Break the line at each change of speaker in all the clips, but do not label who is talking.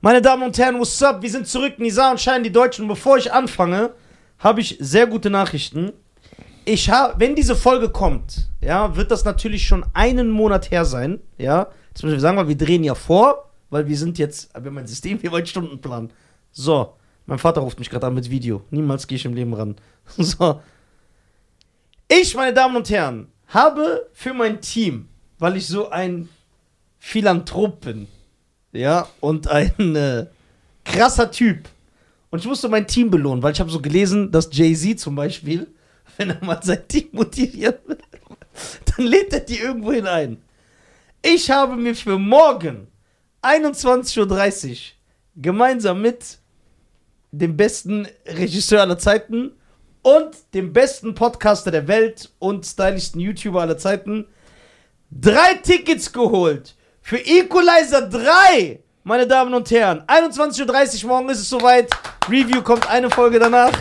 Meine Damen und Herren, what's up? Wir sind zurück, Nisa und Schein, die Deutschen. Bevor ich anfange, habe ich sehr gute Nachrichten. Ich habe, wenn diese Folge kommt, ja, wird das natürlich schon einen Monat her sein, ja. Zum Beispiel sagen wir, wir drehen ja vor, weil wir sind jetzt, wir haben ein System, wir wollen Stunden planen. So, mein Vater ruft mich gerade an mit Video. Niemals gehe ich im Leben ran. So. Ich, meine Damen und Herren, habe für mein Team, weil ich so ein Philanthrop bin, ja, und ein äh, krasser Typ. Und ich musste mein Team belohnen, weil ich habe so gelesen, dass Jay-Z zum Beispiel, wenn er mal sein Team motivieren will, dann lädt er die irgendwo hinein. Ich habe mir für morgen 21.30 Uhr gemeinsam mit dem besten Regisseur aller Zeiten und dem besten Podcaster der Welt und stylischsten YouTuber aller Zeiten drei Tickets geholt für Equalizer 3, meine Damen und Herren. 21.30 Uhr morgen ist es soweit. Review kommt eine Folge danach.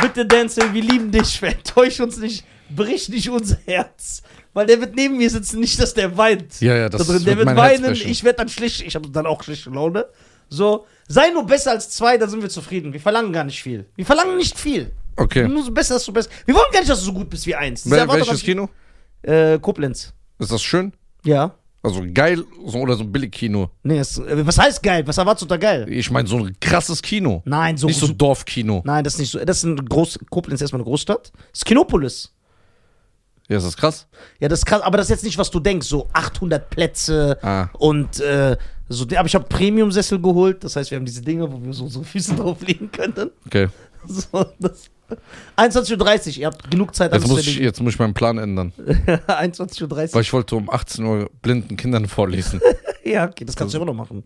Bitte, Denzel, wir lieben dich. Enttäusch uns nicht. Brich nicht unser Herz. Weil der wird neben mir sitzen, nicht, dass der weint.
Ja, ja, das
da drin.
wird
Der wird
mein Herz
weinen,
brechen.
ich werde dann schlicht, ich habe dann auch schlichte Laune. So, sei nur besser als zwei, dann sind wir zufrieden. Wir verlangen gar nicht viel. Wir verlangen nicht viel.
Okay.
Nur so besser, desto besser. Wir wollen gar nicht, dass du so gut bist wie eins. Diese
Wel
Erwartung
welches
hab
Kino?
ich- Äh, Koblenz.
Ist das schön?
Ja.
Also geil so, oder so ein Billigkino?
Nee, das, äh, was heißt geil? Was erwartest du da geil?
Ich meine, so ein krasses Kino.
Nein, so,
Nicht so Dorfkino.
Nein, das ist nicht so. Das ist ein groß. Koblenz ist erstmal eine Großstadt. Das ist Kinopolis.
Ja, ist das krass?
Ja, das ist krass, aber das ist jetzt nicht, was du denkst. So 800 Plätze
Ah.
und äh, so. Aber ich habe Premium-Sessel geholt. Das heißt, wir haben diese Dinge, wo wir so unsere Füße drauflegen können.
Okay.
So, das. 21.30 Uhr, ihr habt genug Zeit,
Jetzt
alles
muss,
zu
ich, jetzt muss ich meinen Plan ändern.
erledigen. 21.30
Weil
Uhr.
ich wollte um 18 Uhr blinden Kindern vorlesen.
Ja, okay, das
Also-
kannst du immer noch machen.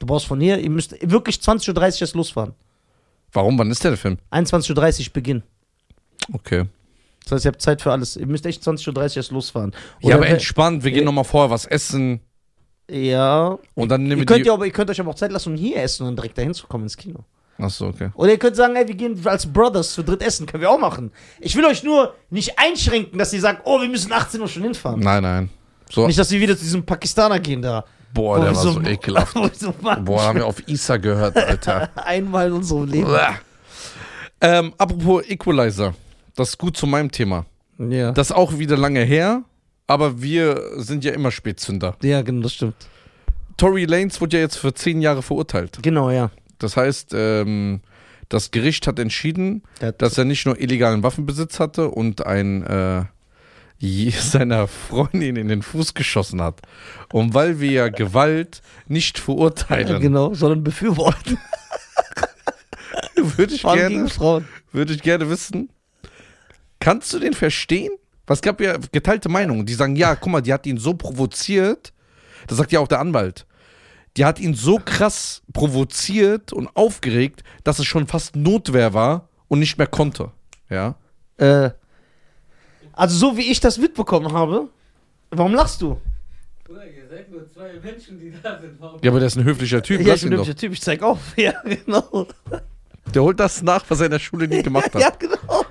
Du brauchst von hier, ihr müsst wirklich 20.30 Uhr jetzt losfahren.
Warum? Wann ist der Film?
21.30 Uhr Beginn.
Okay.
Das heißt, ihr habt Zeit für alles. Ihr müsst echt 20.30 Uhr jetzt losfahren.
Ja, aber
wer-
entspannt. Wir gehen nochmal vorher was essen.
ja.
Und dann nehmen
Ihr
wir
könnt,
die...
ja aber, ihr könnt euch aber auch Zeit lassen und hier essen und dann direkt dahin zu kommen ins Kino.
Achso, okay.
Oder ihr könnt sagen, ey, wir gehen als Brothers zu dritt essen. Können wir auch machen. Ich will euch nur nicht einschränken, dass ihr sagt, oh, wir müssen 18 Uhr schon hinfahren.
Nein, nein. So,
Nicht, dass wir wieder zu diesem Pakistaner gehen da. Oh,
boah,
Wo
der
wir
war so ekelhaft.
wo wir so
Boah, haben wir auf Isa gehört, Alter.
Einmal in unserem Leben.
Uah. ähm, apropos Equalizer. Das ist gut zu meinem Thema.
Ja.
Das ist auch wieder lange her, aber wir sind ja immer Spätzünder.
ja, genau, das stimmt.
Tory Lanes wurde ja jetzt für zehn Jahre verurteilt.
Genau, ja.
Das heißt, ähm, das Gericht hat entschieden,
Der hat-
dass er nicht nur illegalen Waffenbesitz hatte und ein äh, je- seiner Freundin in den Fuß geschossen hat. Und weil wir ja Gewalt nicht
ja,
verurteilen,
genau, sondern befürworten.
würde
genau.
ich,
Vor allem
gerne-
gegen Frauen.
würde ich gerne wissen, kannst du den verstehen? Was gab ja geteilte Meinungen, die sagen, ja, guck mal, die hat ihn so provoziert, das sagt ja auch der Anwalt, die hat ihn so krass provoziert und aufgeregt, dass es schon fast Notwehr war und nicht mehr konnte. Ja.
Äh, also, so wie ich das mitbekommen habe, warum lachst du?
Bruder, ihr seid nur zwei Menschen, die da sind. Warum?
Ja, aber der ist ein höflicher Typ.
ja, ich
Lass
bin
ihn
ein
doch.
hübscher Typ, ich zeig auf. Ja, genau.
Der holt das nach, was er in der Schule nie gemacht hat.
Ja, genau.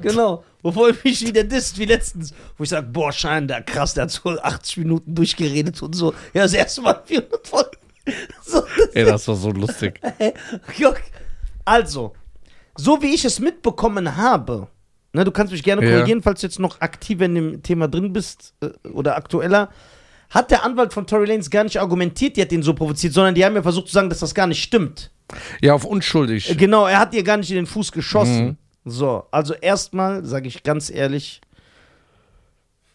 Genau. Bevor ich mich wieder disst, wie letztens, wo ich sage, boah, Schein, der krass, der hat so 80 Minuten durchgeredet und so. Ja, das erste Mal 400 Folgen. So,
Ey, das war so lustig.
Hey, guck. Also, so wie ich es mitbekommen habe, ne, du kannst mich gerne
Ja.
korrigieren, falls du jetzt noch aktiver in dem Thema drin bist äh, oder aktueller, hat der Anwalt von Tory Lanez gar nicht argumentiert, die hat ihn so provoziert, sondern die haben ja versucht zu sagen, dass das gar nicht stimmt.
Ja, auf unschuldig.
Genau, er hat ihr gar nicht in den Fuß geschossen. So, also erstmal sage ich ganz ehrlich,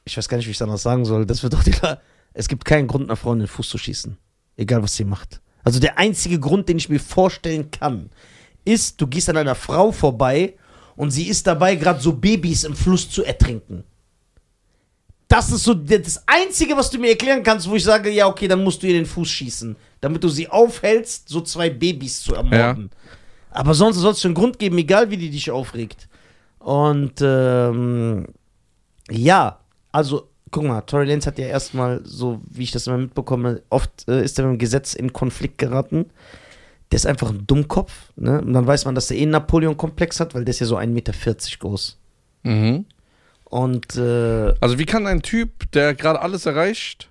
ich weiß gar nicht, wie ich es anders sagen soll. Das wird doch die La Es gibt keinen Grund, einer Frau in den Fuß zu schießen. Egal, was sie macht. Also der einzige Grund, den ich mir vorstellen kann, ist, du gehst an einer Frau vorbei und sie ist dabei, gerade so Babys im Fluss zu ertrinken. Das ist so der- das Einzige, was du mir erklären kannst, wo ich sage, ja, okay, dann musst du ihr den Fuß schießen, damit du sie aufhältst, so zwei Babys zu ermorden. Aber sonst soll es einen Grund geben, egal wie die dich aufregt. Und ähm, ja, also guck mal, Tory Lanez hat ja erstmal, so wie ich das immer mitbekomme, oft äh, ist er mit dem Gesetz in Konflikt geraten. Der ist einfach ein Dummkopf. Ne? Und dann weiß man, dass der eh einen Napoleon-Komplex hat, weil der ist ja so 1,40 Meter groß.
Mhm.
Und äh,
Also, wie kann ein Typ, der gerade alles erreicht,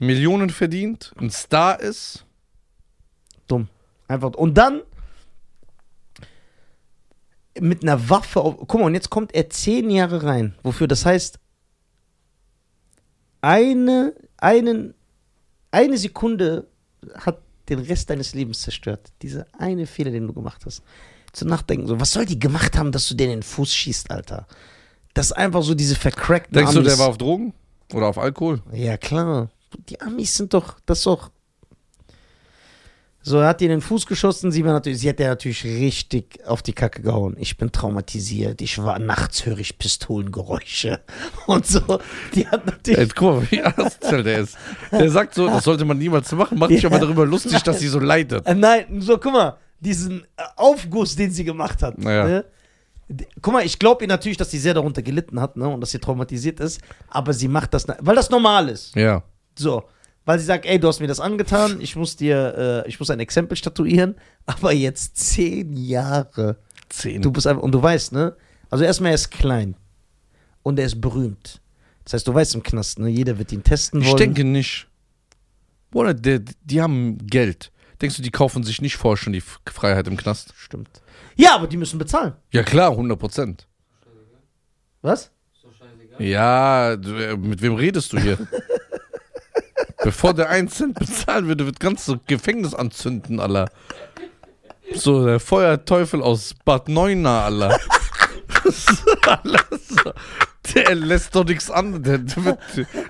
Millionen verdient, ein Star ist,
dumm. Einfach. Und dann mit einer Waffe auf. Guck mal, und jetzt kommt er zehn Jahre rein. Wofür? Das heißt, eine, einen, eine Sekunde hat den Rest deines Lebens zerstört. Dieser eine Fehler, den du gemacht hast. Zu nachdenken, so, was soll die gemacht haben, dass du denen in den Fuß schießt, Alter? Das ist einfach so diese vercrackten
Denkst du,
Amis.
der war auf Drogen? Oder auf Alkohol?
Ja, klar. Die Amis sind doch, das ist doch. So, er hat ihr in den Fuß geschossen, sie, war natürlich, sie hat ja natürlich richtig auf die Kacke gehauen. Ich bin traumatisiert, ich war, nachts höre ich Pistolengeräusche und so. Die hat
Ey,
natürlich,
guck mal, wie asozial der ist. Der sagt so, das sollte man niemals machen, macht sich
Ja.
aber darüber lustig, dass sie so leidet.
äh, nein, so, guck mal, diesen äh, Aufguss, den sie gemacht hat.
Naja.
Ne? Die- Guck mal, ich glaube ihr natürlich, dass sie sehr darunter gelitten hat ne, und dass sie traumatisiert ist, aber sie macht das, na- weil das normal ist.
Ja.
So, weil sie sagt, ey, du hast mir das angetan, ich muss dir, äh, ich muss ein Exempel statuieren, aber jetzt zehn Jahre.
Zehn.
Du bist einfach, und du weißt, ne? Also erstmal, er ist klein und er ist berühmt. Das heißt, du weißt im Knast, ne? Jeder wird ihn testen wollen.
ich denke nicht. Bruder, die, die haben Geld. Denkst du, die kaufen sich nicht vorher schon die F- Freiheit im Knast?
Stimmt. Ja, aber die müssen bezahlen.
Ja klar, 100 Prozent.
Was?
Ist doch scheißegal.
Ja, du, äh, mit wem redest du hier? Bevor der 1 Cent bezahlen würde, wird ganz so Gefängnis anzünden, Alter. So der Feuerteufel aus Bad Neuna, Alter. So, Alter, so. Der lässt doch nichts an. Der, der, wird,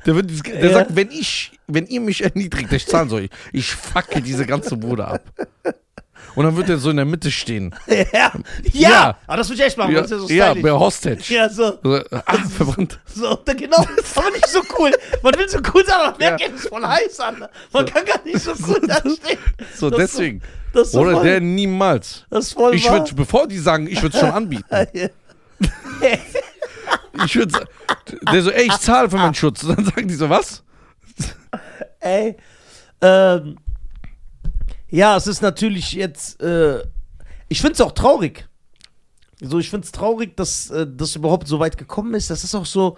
der, wird, dieses- der
Ja.
sagt, wenn ich, wenn ihr mich erniedrigt, ich zahle soll, ich, ich facke diese ganze Bude ab. Und dann wird er so in der Mitte stehen.
ja, ja,
Ja.
Aber das würde ich echt machen,
Ja,
das ist ja so
ja,
stylisch.
bei Hostage.
Ja, so.
So, Ah, verbrannt.
So, da- genau. Aber nicht so cool. Man will so cool sein, aber man merkt,
Ja.
es ist voll heiß an. Man kann gar nicht so cool dastehen.
So,
Das ist
deswegen.
Das ist so
Oder
voll,
der niemals.
das ist voll
Ich
wahr.
würde, bevor die sagen, ich würde es schon anbieten. Ich würde, der so, ey, ich zahle für meinen Schutz. Und dann sagen die so, was?
Ey. Ähm, ja, es ist natürlich jetzt. Äh, ich finde es auch traurig. So, ich finde es traurig, dass äh, das überhaupt so weit gekommen ist. Das ist auch so.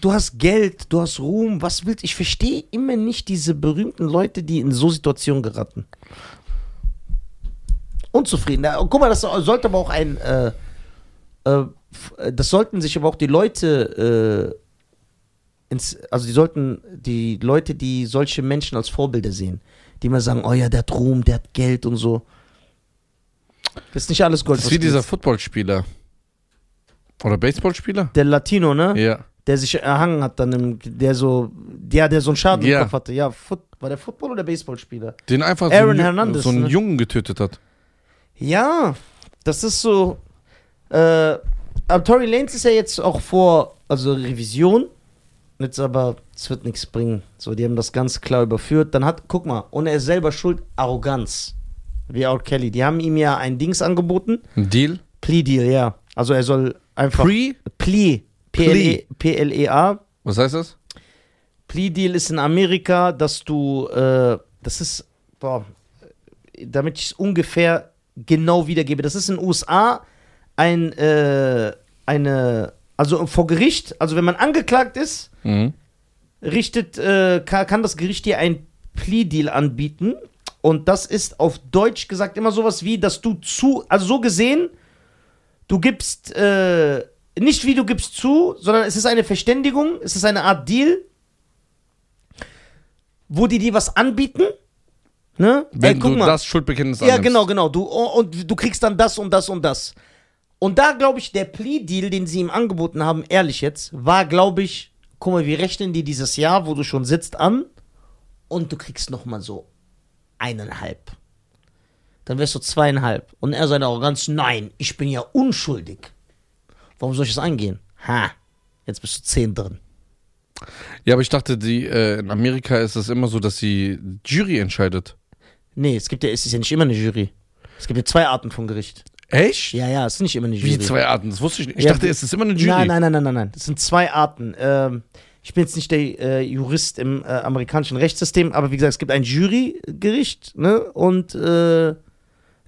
Du hast Geld, du hast Ruhm, was willst Ich verstehe immer nicht diese berühmten Leute, die in so Situationen geraten. Unzufrieden. Na, guck mal, das sollte aber auch ein. Äh, äh, f- äh, das sollten sich aber auch die Leute. Äh, ins, also die sollten die Leute, die solche Menschen als Vorbilder sehen, die mal sagen, oh ja, der hat Ruhm, der hat Geld und so. Das ist nicht alles Gold.
Das ist
was
wie dieser
glänzt.
Footballspieler. Oder Baseballspieler?
der Latino, ne?
Ja.
Der sich erhangen hat dann, im, der so, der, der so einen Schaden
Ja.
im Kopf hatte. Ja, Foot, war der Football- oder Baseballspieler?
Den einfach so,
Aaron
einen Ju-
Hernandez,
so einen
ne?
Jungen getötet hat.
Ja, das ist so. Äh, aber Tory Lanez ist ja jetzt auch vor, also Revision. Jetzt aber, es wird nichts bringen. So, die haben das ganz klar überführt. Dann hat, guck mal, und er ist selber schuld, Arroganz. Wie auch Kelly. Die haben ihm ja ein Dings angeboten.
Ein Deal?
Plea Deal, ja. Also er soll einfach.
Pre?
Plea. E,
Plea.
P-L-E- P-L-E-A.
Was heißt das?
Plea Deal ist in Amerika, dass du, äh, das ist, boah, damit ich es ungefähr genau wiedergebe, das ist in den USA ein, äh, eine, also vor Gericht, also wenn man angeklagt ist,
Mhm.
richtet, äh, kann, kann das Gericht dir ein Plea Deal anbieten und das ist auf Deutsch gesagt immer sowas wie, dass du zu, also so gesehen, du gibst, äh, nicht wie du gibst zu, sondern es ist eine Verständigung, es ist eine Art Deal, wo die dir was anbieten. Ne?
Wenn du das Schuldbekenntnis
Ja,
annimmst.
genau, genau. Du, und du kriegst dann das und das und das. Und da glaube ich, der Plea-Deal, den sie ihm angeboten haben, ehrlich jetzt, war, glaube ich, guck mal, wir rechnen dir dieses Jahr, wo du schon sitzt, an und du kriegst nochmal so eineinhalb. Dann wärst du zweieinhalb. Und er seine Arroganz, nein, ich bin ja unschuldig. Warum soll ich das eingehen? Ha, jetzt bist du zehn drin.
Ja, aber ich dachte, die, äh, in Amerika ist es immer so, dass die Jury entscheidet.
Nee, es gibt ja, es ist ja nicht immer eine Jury. Es gibt ja zwei Arten von Gericht.
Echt?
Ja, ja, es ist nicht immer eine Jury.
Wie zwei Arten? Das wusste ich nicht. Ich
Ja,
dachte, es ist immer eine
Nein,
Jury.
nein, nein, nein, nein, nein. Das sind zwei Arten. Ähm, ich bin jetzt nicht der äh, Jurist im äh, amerikanischen Rechtssystem, aber wie gesagt, es gibt ein Jurygericht, ne? Und äh,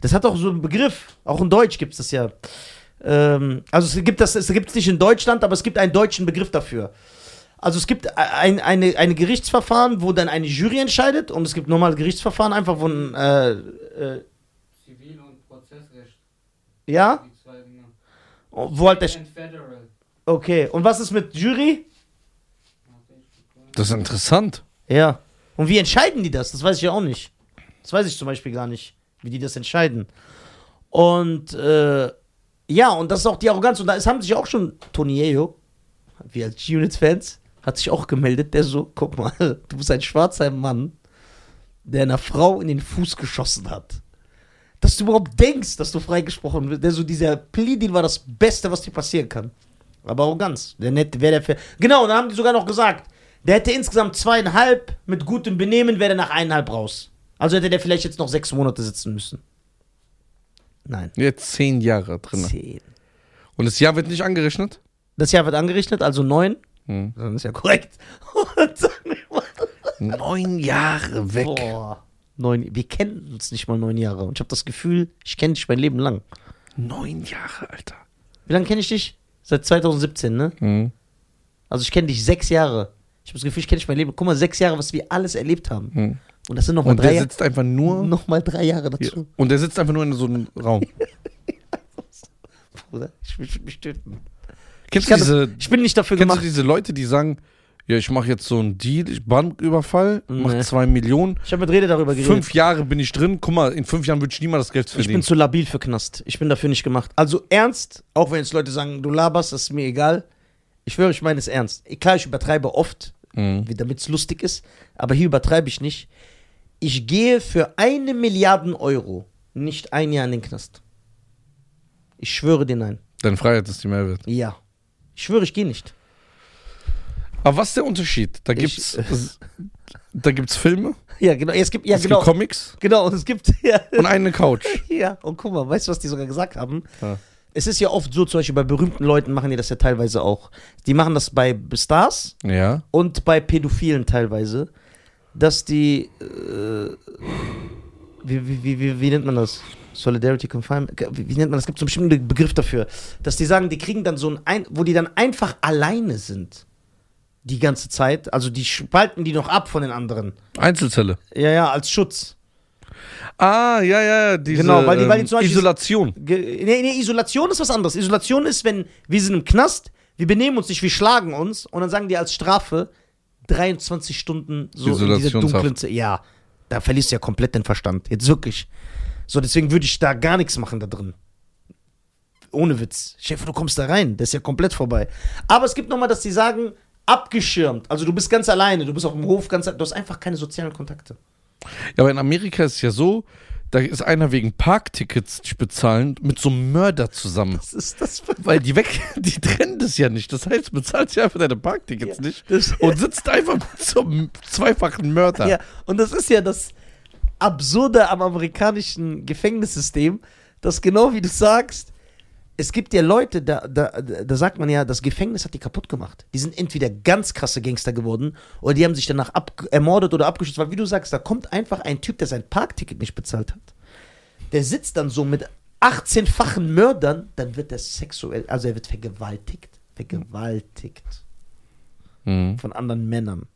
das hat auch so einen Begriff. Auch in Deutsch gibt es das ja. Ähm, also es gibt das, es gibt es nicht in Deutschland, aber es gibt einen deutschen Begriff dafür. Also es gibt ein, eine, eine Gerichtsverfahren, wo dann eine Jury entscheidet und es gibt normale Gerichtsverfahren, einfach wo ein äh, äh,
Zivil- und Prozessrecht.
Ja?
Die zwei Dinge.
Oh, Wo halt der. Sch-
And Federal.
Okay. Und was ist mit Jury?
Warte, ich guck mal.
Das ist interessant.
Ja. Und wie entscheiden die das? Das weiß ich ja auch nicht. Das weiß ich zum Beispiel gar nicht, wie die das entscheiden. Und äh, ja, und das ist auch die Arroganz. Und da ist, haben sich auch schon Toniello, wir als G-Unit-Fans, hat sich auch gemeldet, der so, guck mal, du bist ein schwarzer Mann, der einer Frau in den Fuß geschossen hat. Dass du überhaupt denkst, dass du freigesprochen wirst. Der so, dieser Plea-Deal war das Beste, was dir passieren kann. Aber Arroganz. Der nette, wer der Fe- Genau, und dann haben die sogar noch gesagt, der hätte insgesamt zweieinhalb, mit gutem Benehmen wäre der nach eineinhalb raus. Also hätte der vielleicht jetzt noch sechs Monate sitzen müssen. Nein.
Jetzt zehn Jahre drin.
Zehn.
Und das Jahr wird nicht angerechnet?
Das Jahr wird angerichtet, also neun.
Hm.
Dann ist ja korrekt. Und dann,
Neun Jahre weg.
boah, neun, wir kennen uns nicht mal neun Jahre. Und ich habe das Gefühl, ich kenne dich mein Leben lang.
Neun Jahre, Alter.
Wie lange kenne ich dich? Seit 2017, ne?
Hm.
Also ich kenne dich sechs Jahre. Ich habe das Gefühl, ich kenne dich mein Leben. Guck mal, sechs Jahre, was wir alles erlebt haben.
Hm.
Und das sind nochmal
Und
drei,
der
Jahr,
sitzt einfach nur.
noch mal drei Jahre dazu.
Ja. Und der sitzt einfach nur in so einem Raum.
Bruder. Ich würde mich töten.
Kennst
Ich,
du
kann,
diese,
ich bin nicht dafür
kennst du
gemacht.
diese Leute, die sagen, ja, ich mache jetzt so einen Deal, ich Banküberfall,
Nee.
mach zwei Millionen,
Ich habe mit Rede darüber geredet.
fünf Jahre bin ich drin, guck mal, in fünf Jahren würde ich niemals das Geld
ich bin
verdienen.
zu labil für Knast. Ich bin dafür nicht gemacht. Also ernst, auch wenn jetzt Leute sagen, du laberst, das ist mir egal. Ich schwöre, ich meine es ernst. Klar, ich übertreibe oft,
Mhm.
damit es lustig ist, aber hier übertreibe ich nicht. Ich gehe für eine Milliarden Euro nicht ein Jahr in den Knast. Ich schwöre dir nein.
Deine Freiheit ist die Mehrwert.
Ja. Ich schwöre, ich gehe nicht.
Aber was ist der Unterschied? Da
Ich-
gibt's, da gibt's Filme,
Ja, genau. Es gibt, ja,
es
genau.
gibt Comics
genau, und es gibt, ja,
und eine Couch.
Ja, und guck mal, weißt du, was die sogar gesagt haben?
Ja.
Es ist ja oft so, zum Beispiel bei berühmten Leuten machen die das ja teilweise auch. Die machen das bei Stars
Ja.
und bei Pädophilen teilweise, dass die. Äh, wie, wie, wie, wie, wie nennt man das? Solidarity Confinement? Wie, wie nennt man das? Es gibt so einen bestimmten Begriff dafür. Dass die sagen, die kriegen dann so ein, ein. wo die dann einfach alleine sind. Die ganze Zeit. Also die spalten die noch ab von den anderen.
Einzelzelle.
Ja, ja, als Schutz.
Ah, ja, ja, diese
Genau, weil die- weil die
ähm,
zum Beispiel-
Isolation.
Ge nee, nee, Isolation ist was anderes. Isolation ist, wenn wir sind im Knast, wir benehmen uns nicht, wir schlagen uns und dann sagen die als Strafe 23 Stunden so in dieser
Isolationshaft.
dunklen Ze- Ja, da verlierst du ja komplett den Verstand. Jetzt wirklich. So, deswegen würde ich da gar nichts machen da drin. Ohne Witz. Chef, du kommst da rein, das ist ja komplett vorbei. Aber es gibt nochmal, dass die sagen, abgeschirmt. Also du bist ganz alleine, du bist auf dem Hof ganz, du hast einfach keine sozialen Kontakte.
Ja, aber in Amerika ist es ja so, da ist einer wegen Parktickets die bezahlen mit so einem Mörder zusammen.
Was ist das für
Weil die weg, die trennen das ja nicht. Das heißt, bezahlst ja einfach deine Parktickets
Ja,
nicht
das-
und sitzt einfach zum zweifachen Mörder.
Ja, und das ist ja das Absurde am amerikanischen Gefängnissystem, dass genau wie du sagst, es gibt ja Leute, da, da, da sagt man ja, das Gefängnis hat die kaputt gemacht. Die sind entweder ganz krasse Gangster geworden oder die haben sich danach ab ermordet oder abgeschossen. Weil wie du sagst, da kommt einfach ein Typ, der sein Parkticket nicht bezahlt hat. Der sitzt dann so mit 18-fachen Mördern, dann wird er sexuell, also er wird vergewaltigt. Vergewaltigt
Mhm.
von anderen Männern.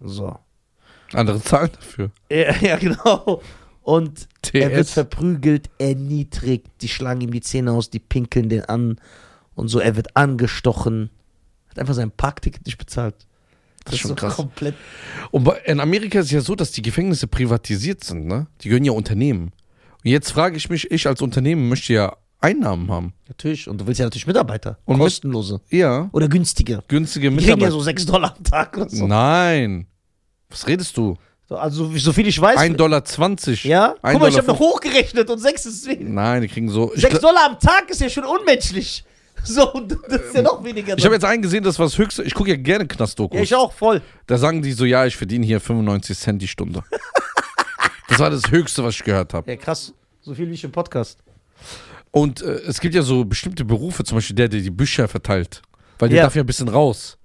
So.
Andere zahlen dafür.
Ja, ja genau. Und er wird
TS.
verprügelt, erniedrigt, die schlagen ihm die Zähne aus, die pinkeln den an und so, er wird angestochen. Hat einfach sein Parkticket nicht bezahlt.
Das ist schon
so
krass.
komplett.
Und bei- in Amerika ist es ja so, dass die Gefängnisse privatisiert sind, ne? Die gehören ja Unternehmen. Und jetzt frage ich mich, ich als Unternehmen möchte ja Einnahmen haben.
Natürlich. Und du willst ja natürlich Mitarbeiter.
Und mit-
kostenlose.
Ja.
Oder günstige.
Günstige
Die kriegen ja
Mitarbeiter. Mhm.
so 6 Dollar am Tag oder so.
Nein. Was redest du?
So, Also, so viel ich weiß.
1,20 Dollar. 20.
ja?
Ein
Guck mal, ich
Dollar
habe noch hochgerechnet und 6 ist wenig.
Nein, die kriegen so. Ich,
6
gl-
Dollar am Tag ist ja schon unmenschlich. So, und das ist ja noch weniger.
ich habe jetzt einen gesehen, das war das höchste. Ich gucke ja gerne Knastdokus.
ja, ich auch, voll.
da sagen die so, ja, ich verdiene hier 95 Cent die Stunde. das war das Höchste, was ich gehört habe.
Ja, krass. So viel wie ich im Podcast.
Und äh, es gibt ja so bestimmte Berufe, zum Beispiel der, der die Bücher verteilt. Weil der
Ja.
darf ja ein bisschen raus.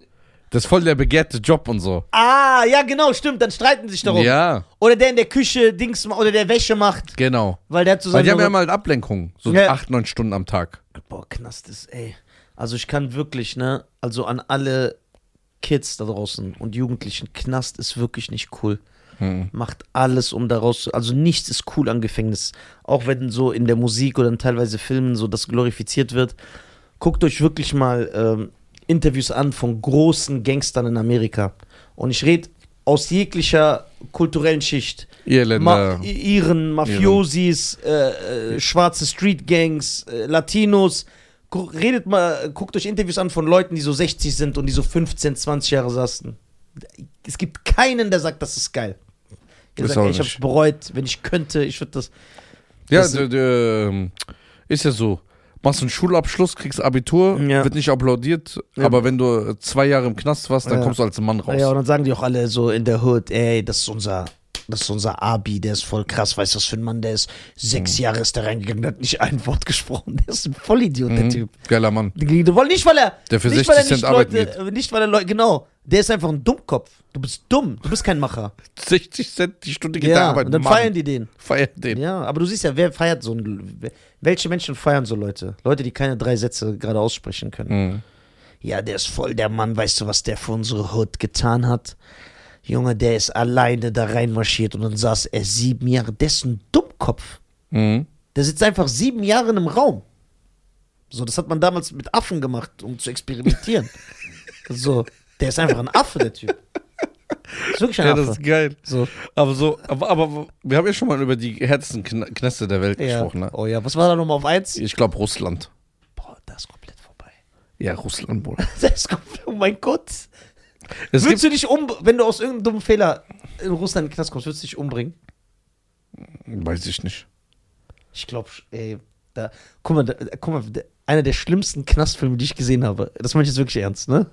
Das ist voll der begehrte Job und so.
Ah, ja, genau, stimmt, dann streiten sie sich darum.
Ja,
Oder der in der Küche Dings ma- oder der Wäsche macht,
genau.
weil der zusammen.
Weil die haben ja mal Ablenkung. So
Ja.
acht, neun Stunden am Tag.
Boah, Knast ist, ey. Also ich kann wirklich, ne, also an alle Kids da draußen und Jugendlichen, Knast ist wirklich nicht cool. macht alles, um daraus zu. Also nichts ist cool am Gefängnis. Auch wenn so in der Musik oder in teilweise Filmen so das glorifiziert wird. Guckt euch wirklich mal ähm, Interviews an von großen Gangstern in Amerika. Und ich rede aus jeglicher kulturellen Schicht.
Irländer.
Ma I- Iren, Mafiosis, äh, äh, schwarze Street Gangs, äh, Latinos. Gu- Redet mal, guckt euch Interviews an von Leuten, die so 60 sind und die so 15, 20 Jahre saßen. Es gibt keinen, der sagt, das ist geil. Der
Ist
sagt,
auch
ey, ich
nicht.
hab's bereut, wenn ich könnte, ich würde das.
Ja,
Das-
d- d- ähm, ist ja so. Machst einen Schulabschluss, kriegst Abitur,
Ja.
wird nicht applaudiert,
Ja.
aber wenn du äh, zwei Jahre im Knast warst, dann
Ja.
kommst du als Mann raus.
Ja, und dann sagen die auch alle so in der Hood, ey, das ist unser, das ist unser Abi, der ist voll krass, weißt du, was für ein Mann der ist. Sechs
Hm.
Jahre ist der reingegangen, der hat nicht ein Wort gesprochen, der ist ein Vollidiot, der Typ.
mhm. Geiler Mann.
Die wollen nicht, weil er.
Der für
nicht,
60
weil er
Cent
nicht
arbeiten
Leute, Nicht, weil er Leute, genau. Der ist einfach ein Dummkopf. Du bist dumm, du bist kein Macher.
60 Cent die Stunde geht der
ja,
Arbeit.
und dann
Mann.
feiern die den.
Feier den.
Ja, aber du siehst ja, wer feiert so ein. wer- Welche Menschen feiern so Leute? Leute, die keine drei Sätze gerade aussprechen können.
Mhm.
Ja, der ist voll der Mann, weißt du, was der für unsere Hood getan hat? Junge, der ist alleine da reinmarschiert und dann saß er sieben Jahre. Der ist ein Dummkopf.
Mhm.
Der sitzt einfach sieben Jahre in einem Raum. So, das hat man damals mit Affen gemacht, um zu experimentieren. so, der ist einfach ein Affe, der Typ. Ist wirklich ein
Ja, das
Affe.
ist geil.
So.
Aber so, aber, aber wir haben ja schon mal über die härtesten Kn Knäste der Welt
Ja.
gesprochen. Ne?
Oh ja, was war da nochmal auf eins?
Ich glaube Russland.
Boah, das ist komplett vorbei.
Ja, Russland wohl.
Das ist komplett, oh mein Gott.
Es
Würdest
gibt,
du dich um, wenn du aus irgendeinem dummen Fehler in Russland in den Knast kommst, würdest du dich umbringen?
weiß ich nicht.
Ich glaube, ey, da, guck mal, da, guck mal, da, einer der schlimmsten Knastfilme, die ich gesehen habe, das meine ich jetzt wirklich ernst, ne?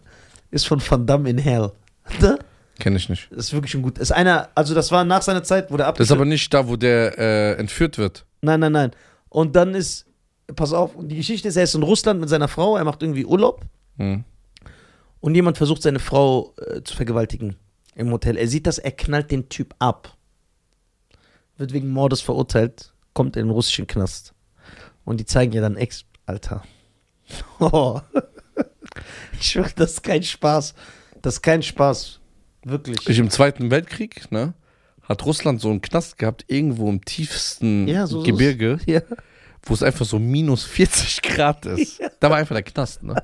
Ist von Van Damme in Hell. Ne?
Kenne ich nicht.
Das ist wirklich ein gut. Ist einer, also das war nach seiner Zeit, wurde er
Das ist aber nicht da, wo der äh, entführt wird.
Nein, nein, nein. Und dann ist, pass auf, und die Geschichte ist, er ist in Russland mit seiner Frau, er macht irgendwie Urlaub
Mhm.
und jemand versucht seine Frau äh, zu vergewaltigen im Hotel. Er sieht das, er knallt den Typ ab. Wird wegen Mordes verurteilt, kommt in den russischen Knast. Und die zeigen ja dann Ex, Alter. Oh. Ich schwöre, das ist kein Spaß. Das ist kein Spaß. Wirklich.
Ich im Zweiten Weltkrieg, ne? Hat Russland so einen Knast gehabt, irgendwo im tiefsten
Ja, so- so-
Gebirge,
ja.
wo es einfach so minus 40 Grad ist. Da war einfach der Knast, ne?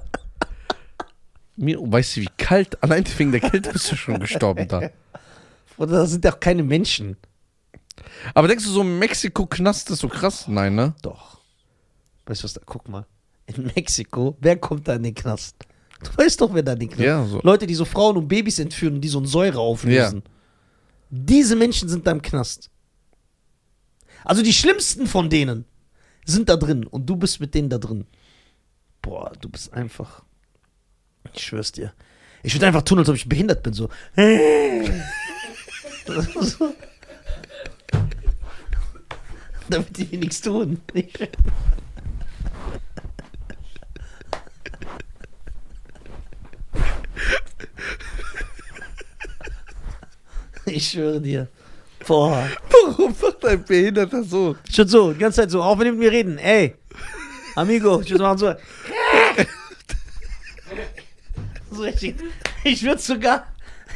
Mir, weißt du, wie kalt? Allein wegen der Kälte bist du schon gestorben da.
Oder das sind ja auch keine Menschen.
Aber denkst du, so ein Mexiko-Knast ist so krass? Nein, ne?
Doch. Weißt du was, da, guck mal. In Mexiko, wer kommt da in den Knast? Du weißt doch, wer da in den Knast
Ja, so.
Leute, die so Frauen und Babys entführen und die so ein Säure auflösen. Diese Menschen sind da im Knast. Also die schlimmsten von denen sind da drin und du bist mit denen da drin. Boah, du bist einfach. Ich schwör's dir. Ich würde einfach tun, als ob ich behindert bin, so. so. Damit die mir nichts tun. Ich schwöre dir. Boah.
Warum sagt ein Behinderter so?
Ich würde so, die ganze Zeit so, auch wenn die mit mir reden, ey, Amigo, ich würde machen so. so richtig. Ich würde sogar,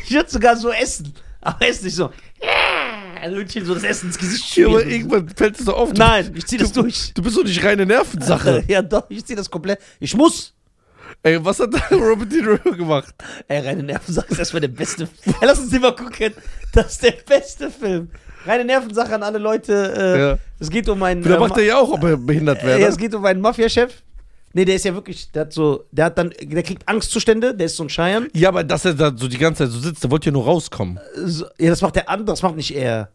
ich würde sogar so essen, aber es nicht so. Also würde ich ihm so das Essen ins Gesicht
Ja, aber
schieben.
irgendwann fällt es so auf. Du,
Nein, ich zieh das durch.
Du bist doch nicht reine Nervensache.
Ja doch, ich ziehe das komplett. Ich muss.
Ey, was hat da Robert De Niro gemacht?
Ey, Reine Nervensache ist erstmal der beste Film. Ey, lass uns den mal gucken. Das ist der beste Film. Reine Nervensache an alle Leute. Äh,
Ja.
Es geht um einen.
Da
ähm,
macht er ja auch, ob er behindert wäre.
Ja, es
Ne?
geht um einen Mafia-Chef. Nee, der ist ja wirklich, der hat so, der hat dann, der kriegt Angstzustände, der ist so ein Scheiern.
Ja, aber dass er da so die ganze Zeit so sitzt, der wollte ja nur rauskommen.
So, ja, das macht der andere, das macht nicht er.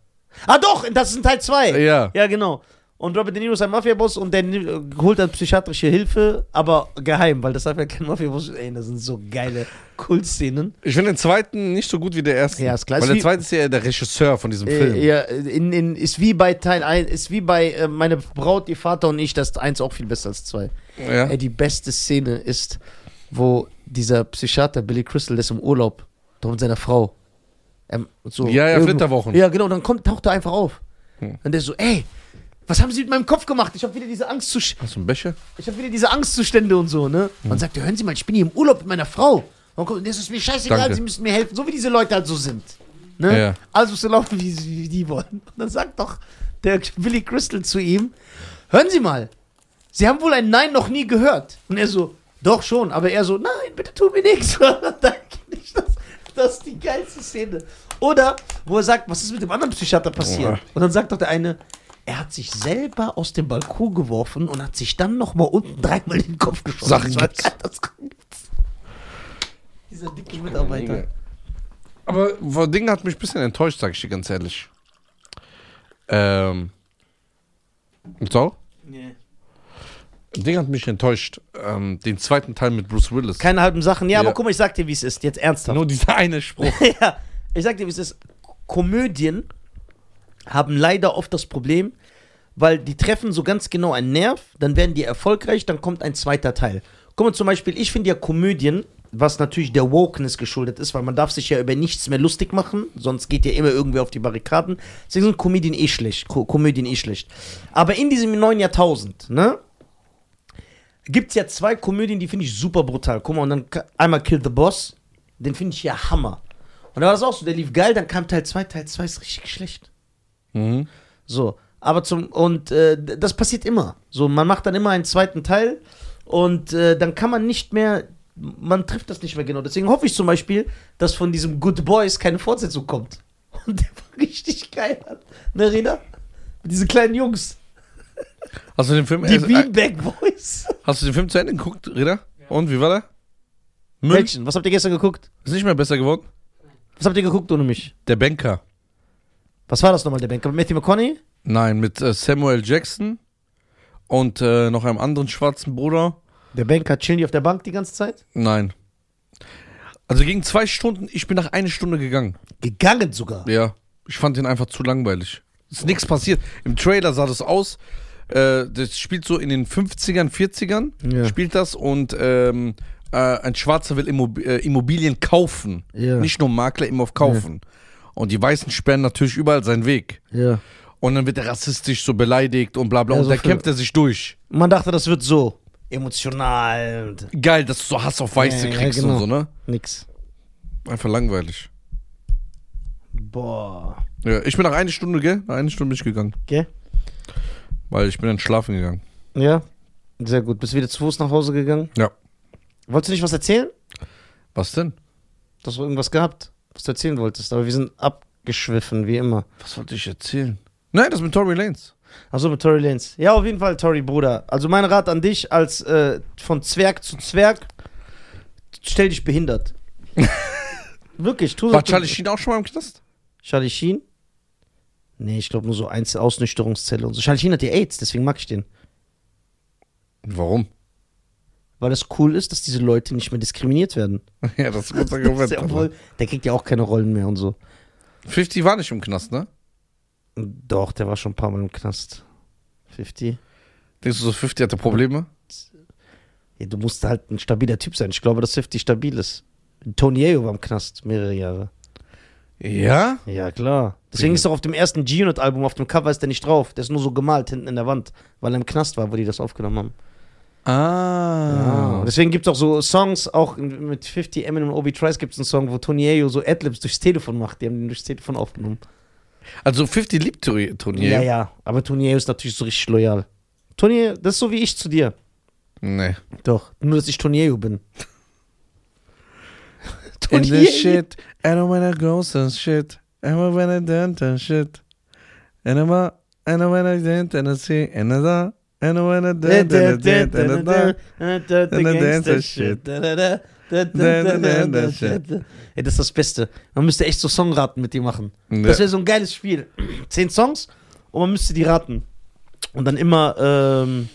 Ah doch, das ist in Teil 2.
Ja.
Ja, genau. Und Robert De Niro ist ein Mafia-Boss und der ni- holt dann psychiatrische Hilfe, aber geheim, weil das darf ja kein Mafia-Boss. Ey, das sind so geile Kultszenen.
Ich finde den zweiten nicht so gut wie der erste.
Ja, ist klar.
Weil
Ist
der
wie-
zweite ist ja der Regisseur von diesem Film.
Äh, ja, in, in, ist wie bei Teil 1, ist wie bei äh, meine Braut, ihr Vater und ich, das ist eins auch viel besser als zwei.
Ja.
Ey, Äh, die beste Szene ist, wo dieser Psychiater Billy Crystal der ist im Urlaub, doch mit seiner Frau. Ähm, so
Ja, ja,
irgendwo-
Flitterwochen.
Ja, genau, dann kommt, taucht er einfach auf.
Hm.
Und der so, ey, was haben Sie mit meinem Kopf gemacht? Ich habe wieder diese Angst zu
Hast du einen Becher?
ich habe wieder diese Angstzustände und so, ne?
Hm.
Man sagt, ja, hören Sie mal, ich bin hier im Urlaub mit meiner Frau. Und kommt, das ist mir scheißegal,
Danke.
Sie müssen mir helfen, so wie diese Leute halt so sind. Ne?
Ja.
Also musst du laufen, wie, sie- wie die wollen. Und dann sagt doch der Billy Crystal zu ihm: Hören Sie mal, Sie haben wohl ein Nein noch nie gehört. Und er so: Doch schon. Aber er so: Nein, bitte tu mir nichts. Und dann kenn ich das, das ist die geilste Szene. Oder wo er sagt: Was ist mit dem anderen Psychiater passiert?
Boah.
Und dann sagt doch der eine: Er hat sich selber aus dem Balkon geworfen und hat sich dann nochmal unten dreimal in den Kopf geschossen.
Sachen
Das war
gibt's.
geil, das gibt's. Dieser dicke Mitarbeiter.
Aber vor Ding hat mich ein bisschen enttäuscht, sag ich dir ganz ehrlich. Ähm. So?
Nee.
Ding hat mich enttäuscht. Ähm, den zweiten Teil mit Bruce Willis.
Keine halben Sachen. Ja,
Ja.
aber guck mal, ich sag dir, wie es ist. Jetzt ernsthaft.
Nur dieser eine Spruch.
ja, ich sag dir, wie es ist. Komödien haben leider oft das Problem, weil die treffen so ganz genau einen Nerv, dann werden die erfolgreich, dann kommt ein zweiter Teil. Guck mal, zum Beispiel, ich finde ja Komödien, was natürlich der Wokeness geschuldet ist, weil man darf sich ja über nichts mehr lustig machen, sonst geht ja immer irgendwer auf die Barrikaden. Deswegen sind Komödien eh schlecht, Ko Komödien eh schlecht. Aber in diesem neuen Jahrtausend, ne, gibt's ja zwei Komödien, die finde ich super brutal. Guck mal, und dann ka- einmal Kill the Boss, den finde ich ja Hammer. Und da war das auch so, der lief geil, dann kam Teil 2, Teil 2 ist richtig schlecht.
Mhm.
So, aber zum, und äh, d- das passiert immer. So, man macht dann immer einen zweiten Teil und äh, dann kann man nicht mehr, man trifft das nicht mehr genau. Deswegen hoffe ich zum Beispiel, dass von diesem Good Boys keine Fortsetzung kommt. Und der war richtig geil, ne, Rina? Diese kleinen Jungs,
Hast du den Film
die
äh,
Beanbag Boys.
Hast du den Film zu Ende geguckt, Reda? Und wie war der? Müll
Mädchen, was habt ihr gestern geguckt?
ist nicht mehr besser geworden.
Was habt ihr geguckt ohne mich?
Der Banker.
Was war das nochmal, der Banker? Matthew McConaughey?
Nein, mit äh, Samuel Jackson und äh, noch einem anderen schwarzen Bruder.
Der Banker chillen die auf der Bank die ganze Zeit?
Nein. Also gegen zwei Stunden, ich bin nach einer Stunde gegangen.
Gegangen sogar.
Ja. Ich fand den einfach zu langweilig. Ist nichts passiert. Im Trailer sah das aus. Äh, das spielt so in den 50ern, 40ern.
Ja.
Spielt das und ähm, äh, ein Schwarzer will Immob äh, Immobilien kaufen.
Ja.
Nicht nur Makler, immer auf kaufen. Und die Weißen sperren natürlich überall seinen Weg.
ja.
Und dann wird er rassistisch so beleidigt und bla bla.
Ja,
und
so
da
für-
kämpft er sich durch.
Man dachte, das wird so emotional und
Geil, dass du so Hass auf Weiße
Ja, ja,
kriegst
genau.
und so, ne?
nix.
Einfach langweilig.
Boah.
Ja, ich bin nach einer Stunde, gell? Nach einer Stunde bin ich gegangen.
Gell?
Weil ich bin dann schlafen gegangen.
Ja. Sehr gut. Bist wieder zu Fuß nach Hause gegangen?
Ja.
Wolltest du nicht was erzählen?
Was denn?
Du hast irgendwas gehabt, was du erzählen wolltest. Aber wir sind abgeschwiffen, wie immer.
Was wollte ich erzählen? Nein, das mit Tory Lanes.
Achso, mit Tory Lanez. Ja, auf jeden Fall, Tory, Bruder. Also mein Rat an dich als äh, von Zwerg zu Zwerg, stell dich behindert. Wirklich, tu so.
War Charlie Sheen auch schon mal im Knast?
Charlie Sheen? Nee, ich glaube nur so Einzel Ausnüchterungszelle und so. Charlie Sheen hat ja Aids, deswegen mag ich den.
Warum?
Weil das cool ist, dass diese Leute nicht mehr diskriminiert werden.
ja, das ist ein guter
Das
Argument.
ist ja
Alter.
wohl, der kriegt ja auch keine Rollen mehr und so.
50 war nicht im Knast, ne?
Doch, der war schon ein paar Mal im Knast. 50.
Denkst du so, 50 hatte Probleme?
Ja, du musst halt ein stabiler Typ sein. Ich glaube, dass 50 stabil ist. Tony Ayo war im Knast mehrere Jahre.
Ja?
Ja, klar. Deswegen
Mhm.
ist doch auf dem ersten G-Unit-Album auf dem Cover ist der nicht drauf. Der ist nur so gemalt hinten in der Wand, weil er im Knast war, wo die das aufgenommen haben.
Ah.
Und Deswegen gibt es auch so Songs, auch in- mit 50 Eminem und Obi Trice gibt es einen Song, wo Tony Ayo so Adlibs durchs Telefon macht. Die haben den durchs Telefon aufgenommen.
Also 50 liebt Tory- Tony.
Ja, ja. Aber Tony Ayo ist natürlich so richtig loyal. Tony, das ist so wie ich zu dir.
Nee.
Doch. Nur, dass ich Tony Ayo bin.
In
Tony
the
Ayo.
shit, I don't wanna go some shit. I don't wanna dance some shit. And I'm a, I don't wanna dance and I see another. I don't wanna
Da,
dance
da,
and
da, da, da,
I
da,
another.
da, da, da, Gangster Shit. Da, da, da, da, da, da, da, da, da, da. Ey, das ist das Beste. Man müsste echt so Songraten mit dir machen.
Ne.
Das wäre so ein geiles Spiel. Zehn Songs und man müsste die raten. Und dann immer, ähm,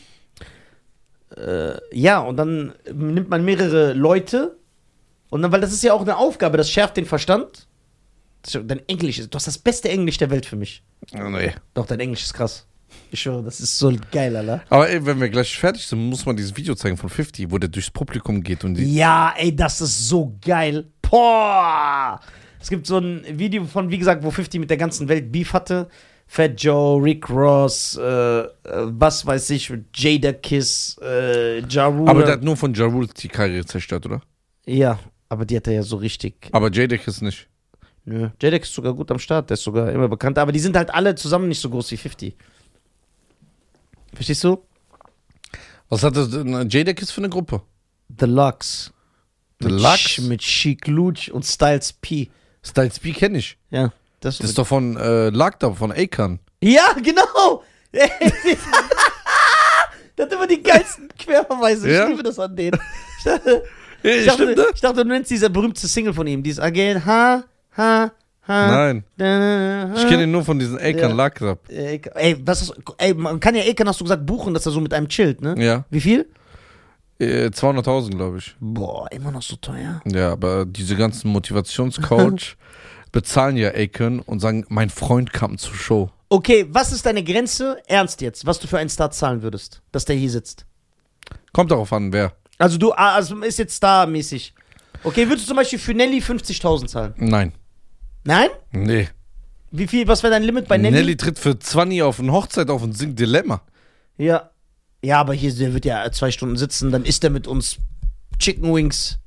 äh, ja, und dann nimmt man mehrere Leute. Und dann, weil das ist ja auch eine Aufgabe, das schärft den Verstand. Das ist ja- Dein Englisch ist, du hast das beste Englisch der Welt für mich.
Oh, nee.
Doch, dein Englisch ist krass. Ich schwöre, das ist so geil, Alter.
Aber ey, wenn wir gleich fertig sind, muss man dieses Video zeigen von 50, wo der durchs Publikum geht und die.
Ja, ey, das ist so geil. Boah! Es gibt so ein Video von, wie gesagt, wo 50 mit der ganzen Welt Beef hatte. Fat Joe, Rick Ross, äh, äh, was weiß ich, Jada Kiss, äh, Ja Rule.
Aber der hat nur von Ja Rule die Karriere zerstört, oder?
ja, aber die hat er ja so richtig.
Aber Jadek ist nicht.
Nö. Jadex ist sogar gut am Start, der ist sogar immer bekannt. Aber die sind halt alle zusammen nicht so groß wie 50. Verstehst du?
Was hat das denn, äh, JDeck ist für eine Gruppe?
The Lux.
The
mit
Lux?
Sch- Mit Chic Luch und Styles P.
Styles B kenne ich.
Ja, das,
Das ist doch von äh, Lagda, von Akon.
Ja, genau! Ey, der hat immer die geilsten Querverweise.
Ja? ne?
Ich liebe das an denen. Ich dachte, ich dachte, ich dachte du nennst diese berühmte Single von ihm. Dieses Again, ha, ha, ha.
Nein,
Nein.
ich kenne ihn nur von diesen Akon
Ah. Ja.
Lagda.
Ey, was ist, ey, man kann ja Ekan, hast du gesagt, buchen, dass er so mit einem chillt, ne?
Ja,
Wie viel?
äh, 200.000 glaube ich.
Boah, immer noch so teuer.
Ja, aber diese ganzen Motivationscoach bezahlen ja Akon und sagen, mein Freund kam zur Show.
Okay, was ist deine Grenze? Ernst jetzt, was du für einen Star zahlen würdest, dass der hier sitzt.
Kommt darauf an, wer.
Also du, ah, also ist jetzt Star-mäßig. Okay, würdest du zum Beispiel für Nelly 50.000 zahlen?
Nein.
Nein?
Nee.
Wie viel, was wäre dein Limit bei Nelly?
Nelly? tritt für 20 auf eine Hochzeit auf und singt Dilemma.
Ja. Ja, aber hier, der wird ja zwei Stunden sitzen, dann isst er mit uns Chicken Wings.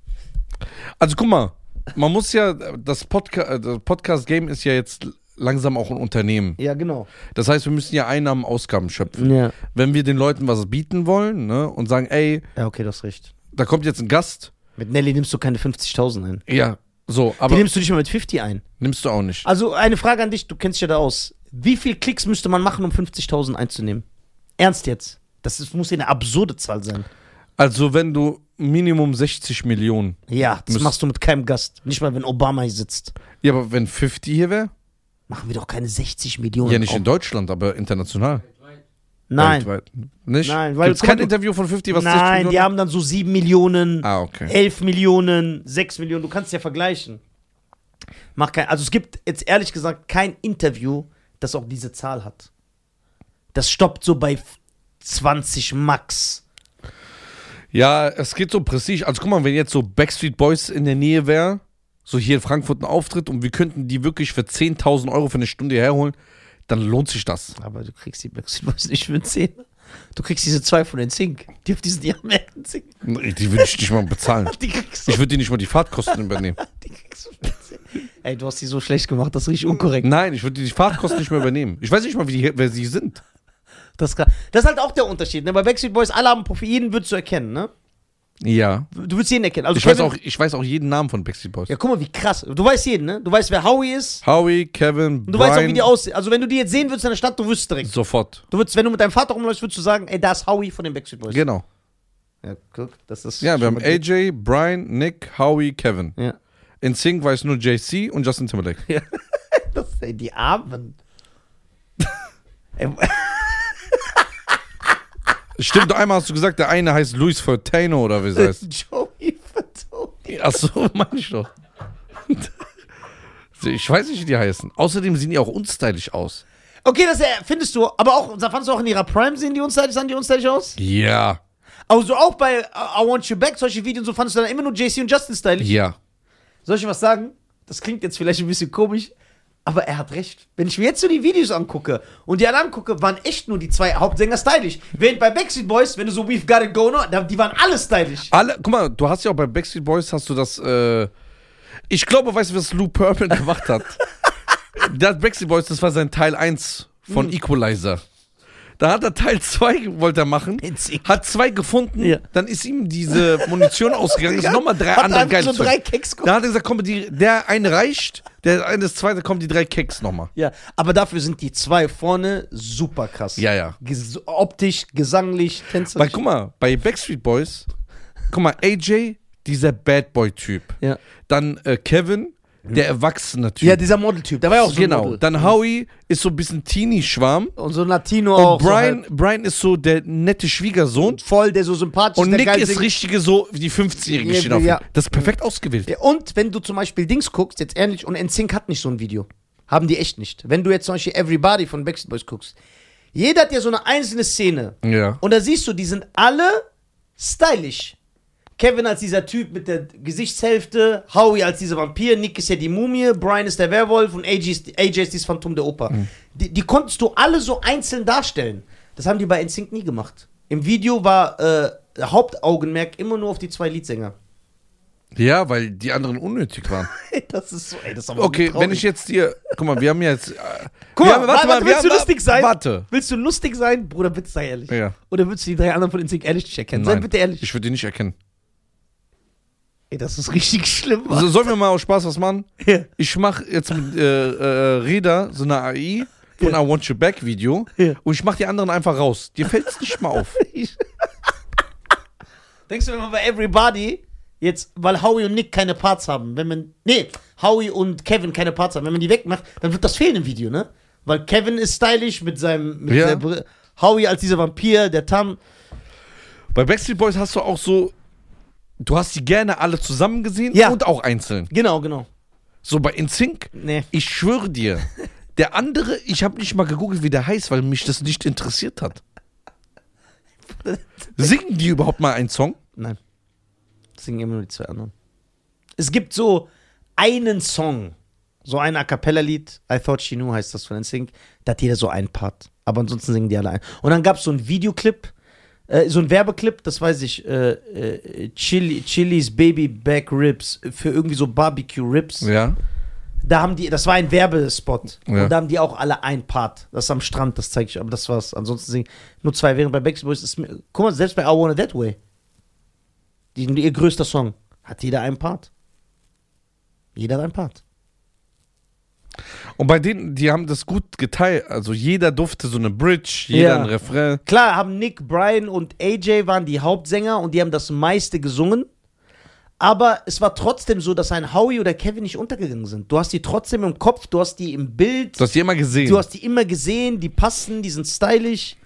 Also guck mal, man muss ja, das, Podca äh, das Podcast-Game ist ja jetzt langsam auch ein Unternehmen.
Ja, genau.
Das heißt, wir müssen ja Einnahmen, Ausgaben schöpfen.
Ja.
Wenn wir den Leuten was bieten wollen ne, und sagen, ey,
Ja, okay, das ist recht.
da kommt jetzt ein Gast.
Mit Nelly nimmst du keine 50.000 ein.
Ja, so, aber
Die nimmst du nicht mal mit 50 ein.
nimmst du auch nicht.
Also eine Frage an dich, du kennst dich ja da aus. Wie viel Klicks müsste man machen, um 50.000 einzunehmen? Ernst jetzt? Das ist, muss ja eine absurde Zahl sein.
Also wenn du Minimum 60 Millionen.
Ja, das
Müsst-
machst du mit keinem Gast. Nicht mal, wenn Obama hier sitzt.
Ja, aber wenn 50 hier wäre?
Machen wir doch keine 60 Millionen.
Ja, nicht
auf.
in Deutschland, aber international.
Nein,
Weltweit. Nicht?
Nein, weil-
weil Gibt's
guck mal,
kein
du-
Interview von 50, was 60
nein,
Millionen?
die haben dann so 7 Millionen.
ah, okay.
11 Millionen, 6 Millionen, du kannst ja vergleichen. Mach kein, also es gibt jetzt ehrlich gesagt kein Interview, das auch diese Zahl hat. Das stoppt so bei 20 Max.
Ja, es geht so Prestige. Also guck mal, wenn jetzt so Backstreet Boys in der Nähe wäre, so hier in Frankfurt ein Auftritt und wir könnten die wirklich für 10.000 Euro für eine Stunde herholen, dann lohnt sich das.
Aber du kriegst die Backstreet Boys nicht für 10. Du kriegst diese zwei von den Zink. Die auf diesen Diamanten Zink.
Die würde ich nicht mal bezahlen.
Die kriegst du.
Ich würde die nicht mal die Fahrtkosten übernehmen.
Die kriegst du für 10. Ey, du hast die so schlecht gemacht, das ist richtig unkorrekt.
Nein, ich würde die Fahrtkosten nicht mehr übernehmen. Ich weiß nicht mal, wie die, wer sie sind.
Das, kann, das ist halt auch der Unterschied. Ne? Bei Backstreet Boys, alle haben Profil, jeden würdest du erkennen, ne?
Ja.
Du würdest jeden erkennen. Also
Ich weiß,
Kevin-
auch, ich weiß auch jeden Namen von Backstreet Boys.
Ja, guck mal, wie krass. Du weißt jeden, ne? Du weißt, wer Howie ist.
Howie, Kevin,
Und du weißt auch, wie die aussehen. Also, wenn du die jetzt sehen würdest in der Stadt, du wüsstest direkt.
Sofort.
Du würdest, wenn du mit deinem Vater rumläufst, würdest du sagen, ey, da ist Howie von den Backstreet Boys.
Genau.
Ja, guck, das ist.
Ja, wir haben
schon-
AJ, Brian, Nick, Howie, Kevin.
Ja.
In Sync weiß nur JC und Justin Timberlake.
Das, ey, die Armen. Ey,
Stimmt, einmal hast du gesagt, der eine heißt Luis Fortano oder wie es heißt.
Joey Fatoni.
Achso, meine ich doch. Ich weiß nicht, wie die heißen. Außerdem sehen die auch unstylisch aus.
Okay, das äh, findest du, aber auch, fandest du auch in ihrer Prime sehen die unstylisch, sahen die unstylisch aus?
Ja.
Also auch bei äh, I Want You Back, solche Videos, so fandest du dann immer nur JC und Justin stylisch.
Ja.
Soll ich was sagen? Das klingt jetzt vielleicht ein bisschen komisch, aber er hat recht. Wenn ich mir jetzt so die Videos angucke und die alle angucke, waren echt nur die zwei Hauptsänger stylisch. Während bei Backstreet Boys, wenn du so We've Got It Going On, da- die waren alle stylisch.
Alle, guck mal, du hast ja auch bei Backstreet Boys hast du das. Äh, ich glaube, weißt du, was Lou Purple gemacht hat? das Backstreet Boys, das war sein Teil 1 von
Hm.
Equalizer. Da hat er Teil 2 wollte er machen,
Witzig.
hat zwei gefunden,
Ja.
dann ist ihm diese Munition ausgegangen, ist nochmal drei
Hat
andere
einfach
geile
so
Zeug.
drei Keks geholt.
Da hat er gesagt, komm, die, der eine reicht, der eine ist zweite, kommen die drei Keks nochmal.
Ja, aber dafür sind die zwei vorne super krass.
Ja, ja.
Ges optisch, gesanglich,
Weil
tänzerisch.
guck mal, bei Backstreet Boys, guck mal, AJ, dieser Bad Boy-Typ.
Ja.
Dann äh, Kevin, der erwachsene Typ.
Mhm. ja, dieser Modeltyp, der war ja auch so
genau.
ein Model. Mhm.
Dann Howie ist so ein bisschen Teenie-Schwarm.
Und so ein Latino
Und
auch.
Brian,
so
Brian ist so der nette Schwiegersohn.
halt voll, der so sympathisch
Und
der
Nick
geil
ist
singt.
richtige so wie die 15-Jährige
Ja,
stehen auf
ja. Mhm.
ihm. Das ist perfekt ausgewählt.
Ja, Und wenn du zum Beispiel Dings guckst, jetzt ehrlich, und NSYNC hat nicht so ein Video. Haben die echt nicht. Wenn du jetzt zum Beispiel Everybody von Backstreet Boys guckst, jeder hat ja so eine einzelne Szene.
Ja.
Und da siehst du, die sind alle stylisch. Kevin als dieser Typ mit der Gesichtshälfte, Howie als dieser Vampir, Nick ist ja die Mumie, Brian ist der Werwolf und AJ ist, AJ ist dieses Phantom der Oper. Die, die konntest du alle so einzeln darstellen. Das haben die bei NSYNC nie gemacht. Im Video war äh, Hauptaugenmerk immer nur auf die zwei Leadsänger.
Ja, weil die anderen unnötig waren.
Das ist so, ey, das ist aber
Okay,
traurig.
wenn ich jetzt dir. Guck mal, wir haben jetzt. Äh,
Guck
wir
mal,
haben-
warte, warte,
wir
willst du
haben-
lustig sein?
Warte.
Willst du lustig sein? Bruder, bitte sei ehrlich.
Ja.
Oder willst du die drei anderen von Instinct ehrlich nicht erkennen? Sei
Nein,
bitte ehrlich.
Ich würde die nicht erkennen.
Ey, das ist richtig schlimm. Mann.
So, sollen wir mal aus Spaß was machen?
Ja,
Ich mache jetzt mit äh, äh, Reda so eine AI von I Want You Back Video
Ja.
und ich mache die anderen einfach raus. Dir fällt es nicht mal auf.
ich- Denkst du, wenn man bei Everybody jetzt, weil Howie und Nick keine Parts haben, wenn man, nee, Howie und Kevin keine Parts haben, wenn man die wegmacht, dann wird das fehlen im Video, ne? Weil Kevin ist stylisch mit seinem, mit
Ja.
der Brille. Howie als dieser Vampir, der Tam.
Bei Backstreet Boys hast du auch so. Du hast die gerne alle zusammen gesehen
Ja.
und auch einzeln.
Genau, genau.
So bei InSync,
Nee.
ich schwöre dir, der andere, ich habe nicht mal gegoogelt, wie der heißt, weil mich das nicht interessiert hat. Singen die überhaupt mal einen Song?
Nein. Singen immer nur die zwei anderen. Es gibt so einen Song, so ein A Cappella-Lied, I Thought She Knew heißt das von NSYNC, da hat jeder so einen Part. Aber ansonsten singen die alle ein. Und dann gab es so einen Videoclip, äh, so einen Werbeclip, das weiß ich, äh, äh, Chili, Chili's Baby Back Ribs für irgendwie so Barbecue Ribs.
Ja.
Da haben die, das war ein Werbespot.
Ja.
Und da haben die auch alle ein Part. Das ist am Strand, das zeige ich, aber das war's. Ansonsten singen nur zwei. Während bei Backstreet Boys ist, mir- guck mal, selbst bei I Want It That Way, die, ihr größter Song, hat jeder einen Part. Jeder hat einen Part.
Und bei denen, die haben das gut geteilt. Also jeder durfte so eine Bridge, jeder
Ja.
ein Refrain.
Klar haben Nick, Brian und AJ waren die Hauptsänger und die haben das meiste gesungen. Aber es war trotzdem so, dass ein Howie oder Kevin nicht untergegangen sind. Du hast die trotzdem im Kopf, du hast die im Bild.
Du hast die immer gesehen.
Du hast die immer gesehen, die passen, die sind stylisch.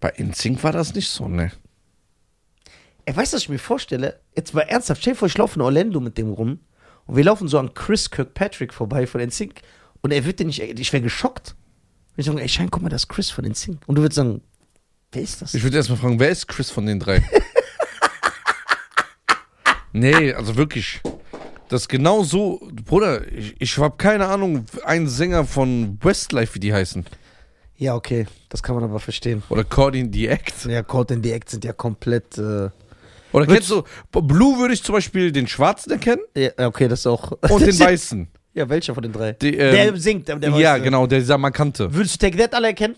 bei InSync war das nicht so, ne?
Ey, weißt du, was ich mir vorstelle? Jetzt mal ernsthaft, stell dir vor, ich laufe in Orlando mit dem rum und wir laufen so an Chris Kirkpatrick vorbei von NSYNC und er wird den nicht, ich wäre geschockt. Ich würde sagen, ey, Schein, guck mal, das ist Chris von NSYNC. Und du würdest sagen, wer ist das?
Ich würde erstmal fragen, wer ist Chris von den drei? nee, also wirklich. Das ist genau so, Bruder, ich, ich habe keine Ahnung, ein Sänger von Westlife, wie die heißen.
Ja, okay, das kann man aber verstehen.
Oder Cordin the Act.
Ja, Code and the Act sind ja komplett, äh,
Oder kennst du, Blue würde ich zum Beispiel den Schwarzen erkennen
ja, okay, das ist auch.
und den Weißen.
Ja, welcher von den drei?
Die, ähm,
der singt, aber der weiß,
ja,
äh,
genau, der dieser markante.
Würdest du Take That alle erkennen?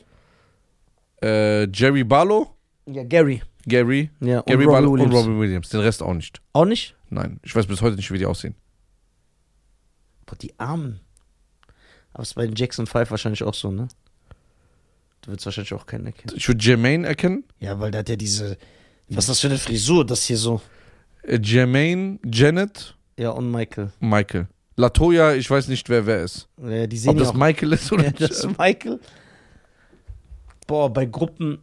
Äh, Jerry Barlow,
Ja, Gary.
Gary,
Ja, und
Gary
Robbie
Barlow
Williams.
und Robin Williams. Den Rest auch nicht.
Auch nicht?
Nein, ich weiß bis heute nicht, wie die aussehen.
Boah, die Armen. Aber es ist bei den Jackson 5 wahrscheinlich auch so, ne? Du wirst wahrscheinlich auch keinen erkennen.
Ich würde Jermaine erkennen.
Ja, weil der hat ja diese. Was ist das für eine Frisur, das hier so?
Äh, Jermaine, Janet,
Ja, und Michael.
Michael. Latoya, ich weiß nicht, wer wer ist.
Ja, die sehen
Ob das
ja auch.
Michael ist oder
Ja,
nicht. Ähm,
das ist Michael. Boah, bei Gruppen.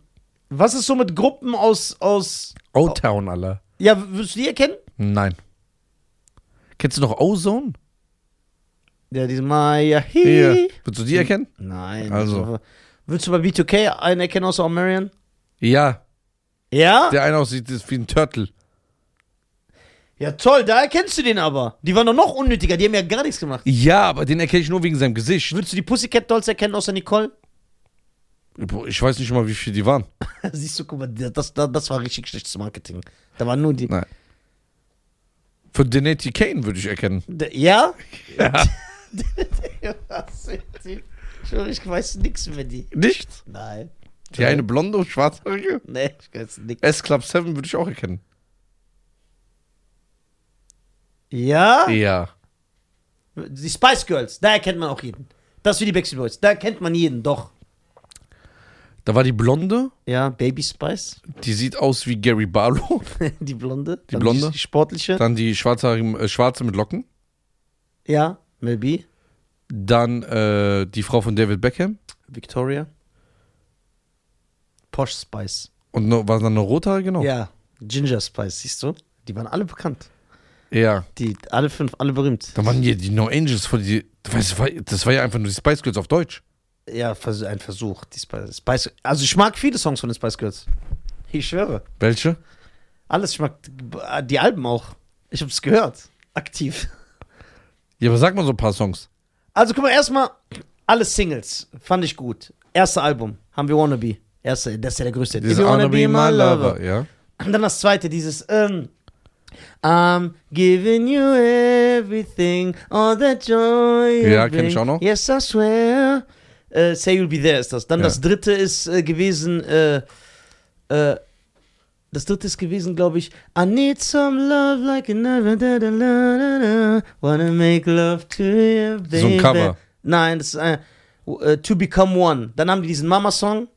Was ist so mit Gruppen aus. aus
O-Town, Alter.
ja, würdest du die erkennen?
Nein. Kennst du noch Ozone?
Ja, diese Maya.
Ja.
Hi.
Würdest du die erkennen?
Nein.
Also.
das- Würdest du bei B2K einen erkennen außer Omarion?
Ja.
Ja?
Der eine aussieht ist wie ein Turtle.
Ja, toll, da erkennst du den aber. Die waren doch noch unnötiger, die haben ja gar nichts gemacht.
Ja, aber den erkenne ich nur wegen seinem Gesicht.
Würdest du die Pussycat Dolls erkennen außer Nicole?
Boah, Ich weiß nicht mal, wie viele die waren.
Siehst du, guck mal, das, das, das war richtig schlechtes Marketing. Da waren nur die.
Nein. Von Denati Kane würde ich erkennen.
D- Ja?
Ja.
Was sind die? Entschuldigung, ich weiß nichts über die.
Nicht?
Nein.
Die eine blonde und schwarzhaarige.
Nee, ich weiß nichts.
S Club 7 würde ich auch erkennen.
Ja?
Ja.
Die Spice Girls, da erkennt man auch jeden. Das wie die Backstreet Boys, da erkennt man jeden, doch.
Da war die blonde,
Ja, Baby Spice,
die sieht aus wie Gary Barlow.
die Blonde.
Die
Dann
Blonde?
Die sportliche.
Dann die schwarzhaarige, äh, schwarze mit Locken.
ja, Melby,
Dann äh, die Frau von David Beckham
Victoria. Posh Spice.
und noch, genau. war dann eine rothaarige noch?
Ja, Ginger Spice, siehst du? Die waren alle bekannt.
ja.
Die, alle fünf, alle berühmt.
Dann waren hier die No Angels von die. Weißt du, war- Das war ja einfach nur die Spice Girls auf Deutsch.
Ja, vers- ein Versuch. Die Spice, Spice, also ich mag viele Songs von den Spice Girls. Ich schwöre.
Welche?
Alles, ich mag die- die Alben auch. Ich hab's gehört. Aktiv.
Ja, aber sag mal so ein paar Songs.
Also guck mal, erstmal alle Singles. Fand ich gut. Erste Album haben wir Wannabe. Erste, das ist ja der größte. If
Dieses
you
Wanna Be My Lover, ja.
Und dann das zweite, dieses ähm, I'm giving you everything, all the joy. you
Ja, kenn
bring.
ich auch noch.
Yes, I swear. Äh, Say You'll Be There ist das. Dann
Ja.
das dritte ist äh, gewesen, äh, äh, das dritte ist gewesen, glaube ich, I need some love like another, da, da, la, da, da, wanna make love to you, baby.
So ein Cover.
Nein, das ist äh, w- äh, To Become One. Dann haben die diesen Mama-Song.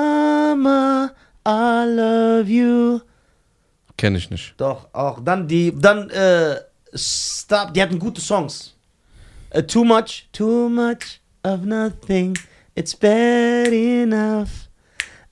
Mama, I love you.
Kenne ich nicht.
Doch, auch. Dann die, dann, äh, Stop, die hatten gute Songs. Äh, too much, too much of nothing, it's bad enough.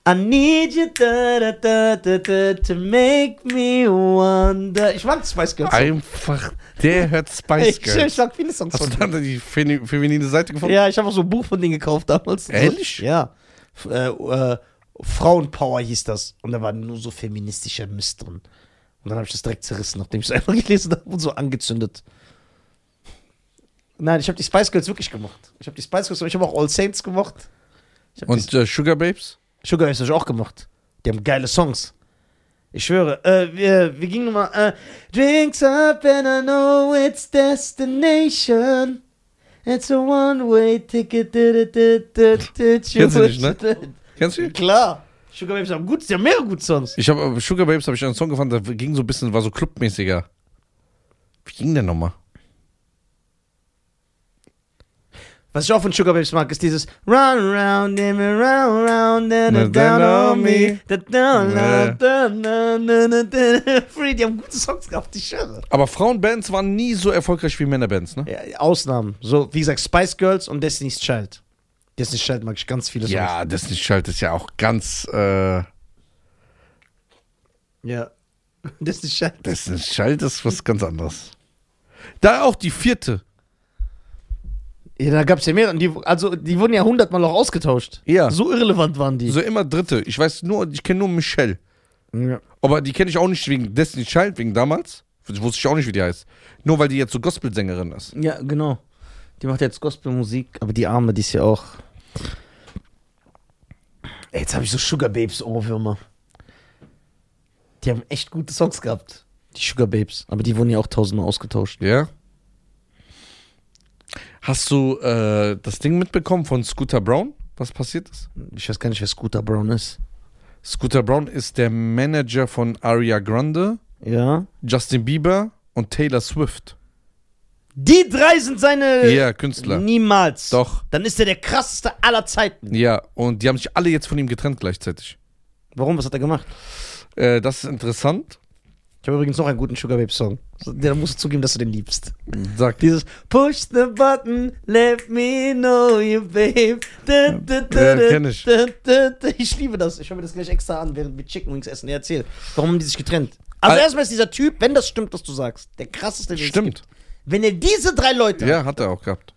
I need you da, da, da, da, da, to make me wonder. Ich mag Spice Girls.
Einfach, der hört Spice
ich,
Girls.
ich mag viele Songs
Hast
von
du
denen.
dann die femi- feminine Seite gefunden?
Ja, ich habe auch so ein Buch von denen gekauft damals.
Ehrlich?
Ja. F äh, äh, Frauenpower hieß das. Und da war nur so feministischer Mist drin. Und dann habe ich das direkt zerrissen, nachdem ich es einfach gelesen habe und so angezündet. Nein, ich habe die Spice Girls wirklich gemacht. Ich habe die Spice Girls, aber ich habe auch All Saints gemacht. Ich hab
Und äh, Sugar Babes?
die Sugar Babes hab ich auch gemacht. Die haben geile Songs. Ich schwöre. Äh, wir, wir gingen nochmal. Äh, Drinks up and I know it's destination. It's a one-way ticket.
Kennst
Kennst
du nicht, ne? Kennst du? die?
Klar. Sugar Babes haben gut, die haben mehrere gute Songs.
Ich habe Sugar Babes habe ich einen Song gefunden, der ging so ein bisschen, war so clubmäßiger. Wie ging der nochmal?
Was ich auch von Sugar Babes mag, ist dieses Run round and round round and down on me. Da, da, da, da, da, da, da, da. Free, die haben gute Songs gehabt, ich schwöre.
Aber Frauenbands waren nie so erfolgreich wie Männerbands, ne?
Ja, Äh, Ausnahmen. So, wie gesagt, Spice Girls und Destiny's Child. Destiny's Child mag ich ganz viele
Ja, das nicht schalt ist ja auch ganz. Äh,
Ja. Destiny's Child.
das nicht schalt ist was ganz anderes. Da auch die vierte.
Ja, da gab es ja mehr. Und die, also, die wurden ja hundertmal auch ausgetauscht.
Ja.
So irrelevant waren die.
So immer dritte. Ich weiß nur, ich kenne nur Michelle.
ja.
Aber die kenne ich auch nicht wegen Destiny Child, wegen damals. Wusste ich auch nicht, wie die heißt. Nur weil die jetzt so Gospelsängerin ist.
ja, genau. Die macht jetzt Gospelmusik, aber die Arme, die ist ja auch. Ey, jetzt habe ich so Sugar Babes Ohrwürmer. Die haben echt gute Songs gehabt. Die Sugar Babes. Aber die wurden ja auch tausendmal ausgetauscht.
Ja? Hast du äh, das Ding mitbekommen von Scooter Brown? Was passiert ist?
Ich weiß gar nicht, wer Scooter Brown ist.
Scooter Brown ist der Manager von Aria Grande,
Ja.
Justin Bieber und Taylor Swift.
Die drei sind
Ja,
seine.
Künstler.
Niemals.
Doch.
Dann ist er der krasseste aller Zeiten.
Ja, und die haben sich alle jetzt von ihm getrennt gleichzeitig.
Warum? Was hat er gemacht?
Äh, das ist interessant.
Ich habe übrigens noch einen guten Sugar Babe Song. So, Da musst du zugeben, dass du den liebst.
Sagt
Dieses Push the button, let me know you, babe. Da, da, da,
Ja,
da,
kenn ich.
da, da, da. Ich liebe das. Ich höre mir das gleich extra an, während wir Chicken Wings essen. Ja, Erzähl, warum haben die sich getrennt? Also
Al-
erstmal ist dieser Typ, wenn das stimmt, was du sagst, der krasseste, den es
Stimmt.
gibt. Wenn er diese drei Leute,
Ja, hat er auch gehabt.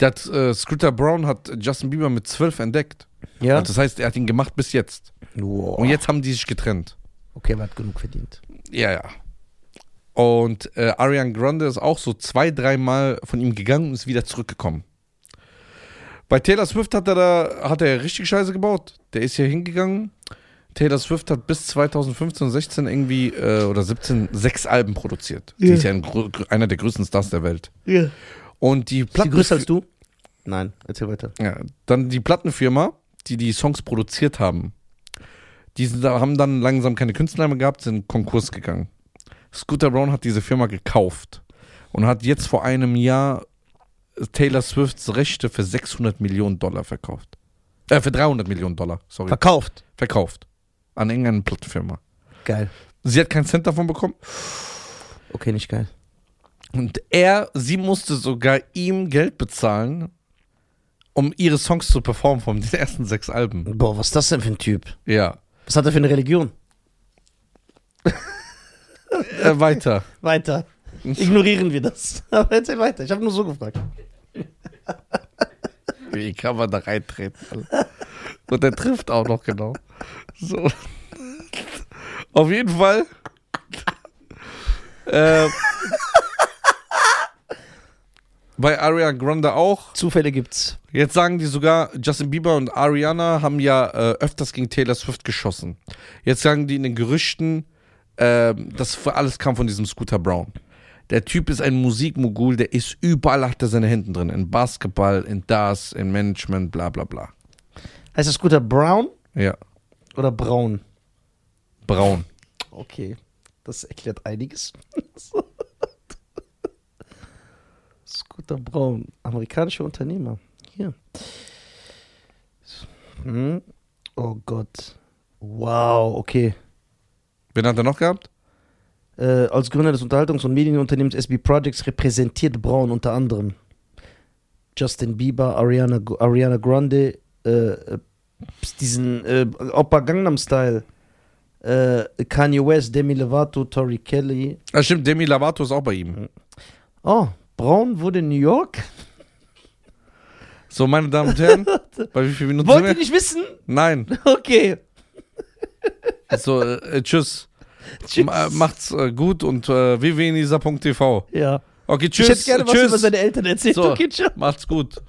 Der hat, äh, Scooter Brown hat Justin Bieber mit 12 entdeckt.
ja.
Und das heißt, er hat ihn gemacht bis jetzt.
Wow.
Und jetzt haben die sich getrennt.
okay, aber er hat genug verdient.
Ja, ja. Und äh, Ariana Grande ist auch so zwei, dreimal von ihm gegangen und ist wieder zurückgekommen. Bei Taylor Swift hat er da hat er richtig Scheiße gebaut. Der ist hier hingegangen. Taylor Swift hat bis 2015, 16 irgendwie äh, oder 17 sechs Alben produziert. Die
Ja.
ist ja ein, grö- grö- einer der größten Stars der Welt.
Ja.
Und die
Ist die
Platten
größer als du? Nein, erzähl weiter.
ja, dann die Plattenfirma, die die Songs produziert haben, die sind, da- haben dann langsam keine Künstler mehr gehabt, sind in Konkurs gegangen. Scooter Brown hat diese Firma gekauft und hat jetzt vor einem Jahr Taylor Swifts Rechte für 600 Millionen Dollar verkauft. Äh, für 300 Millionen Dollar, sorry.
Verkauft.
verkauft. An irgendeine Plattenfirma.
Geil.
Sie hat keinen Cent davon bekommen.
Okay, nicht geil.
Und er, sie musste sogar ihm Geld bezahlen, um ihre Songs zu performen von den ersten sechs Alben.
Boah, was ist das denn für ein Typ?
Ja.
Was hat er für eine Religion?
Äh, weiter.
Weiter. Ignorieren wir das. Aber erzähl weiter. Ich habe nur so gefragt.
Wie kann man da reintreten? Und der trifft auch noch genau. So. Auf jeden Fall. Äh, Ähm, bei Ariana Grande auch.
Zufälle gibt's.
Jetzt sagen die sogar, Justin Bieber und Ariana haben ja äh, öfters gegen Taylor Swift geschossen. Jetzt sagen die in den Gerüchten, ähm, das alles kam von diesem Scooter Brown. Der Typ ist ein Musikmogul, der ist überall, hat er seine Hände drin. In Basketball, in das, in Management, bla bla bla.
Heißt das guter Brown
Ja,
oder Braun?
Braun.
Okay, das erklärt einiges. Scooter Braun, amerikanischer Unternehmer. Hier. Hm. Oh Gott. Wow, okay.
Wen hat er noch gehabt?
Äh, als Gründer des Unterhaltungs- und Medienunternehmens SB Projects repräsentiert Braun unter anderem Justin Bieber, Ariana, Ariana Grande, äh, äh, diesen äh, Opa Gangnam Style, äh, Kanye West, Demi Lovato, Tori Kelly,
Ah, stimmt, Demi Lovato ist auch bei ihm.
Oh, Braun wurde in New York?
So, meine Damen und Herren, bei wie vielen Minuten
Wollt ihr
sind wir?
nicht wissen?
Nein.
Okay.
So, äh, äh, tschüss.
Tschüss.
Ma- Macht's äh, gut und äh, www.nisa.tv.
Ja.
Okay,
ich
tschüss.
hätte gerne was
tschüss.
über seine Eltern erzählt.
So.
Okay, ciao.
Macht's gut.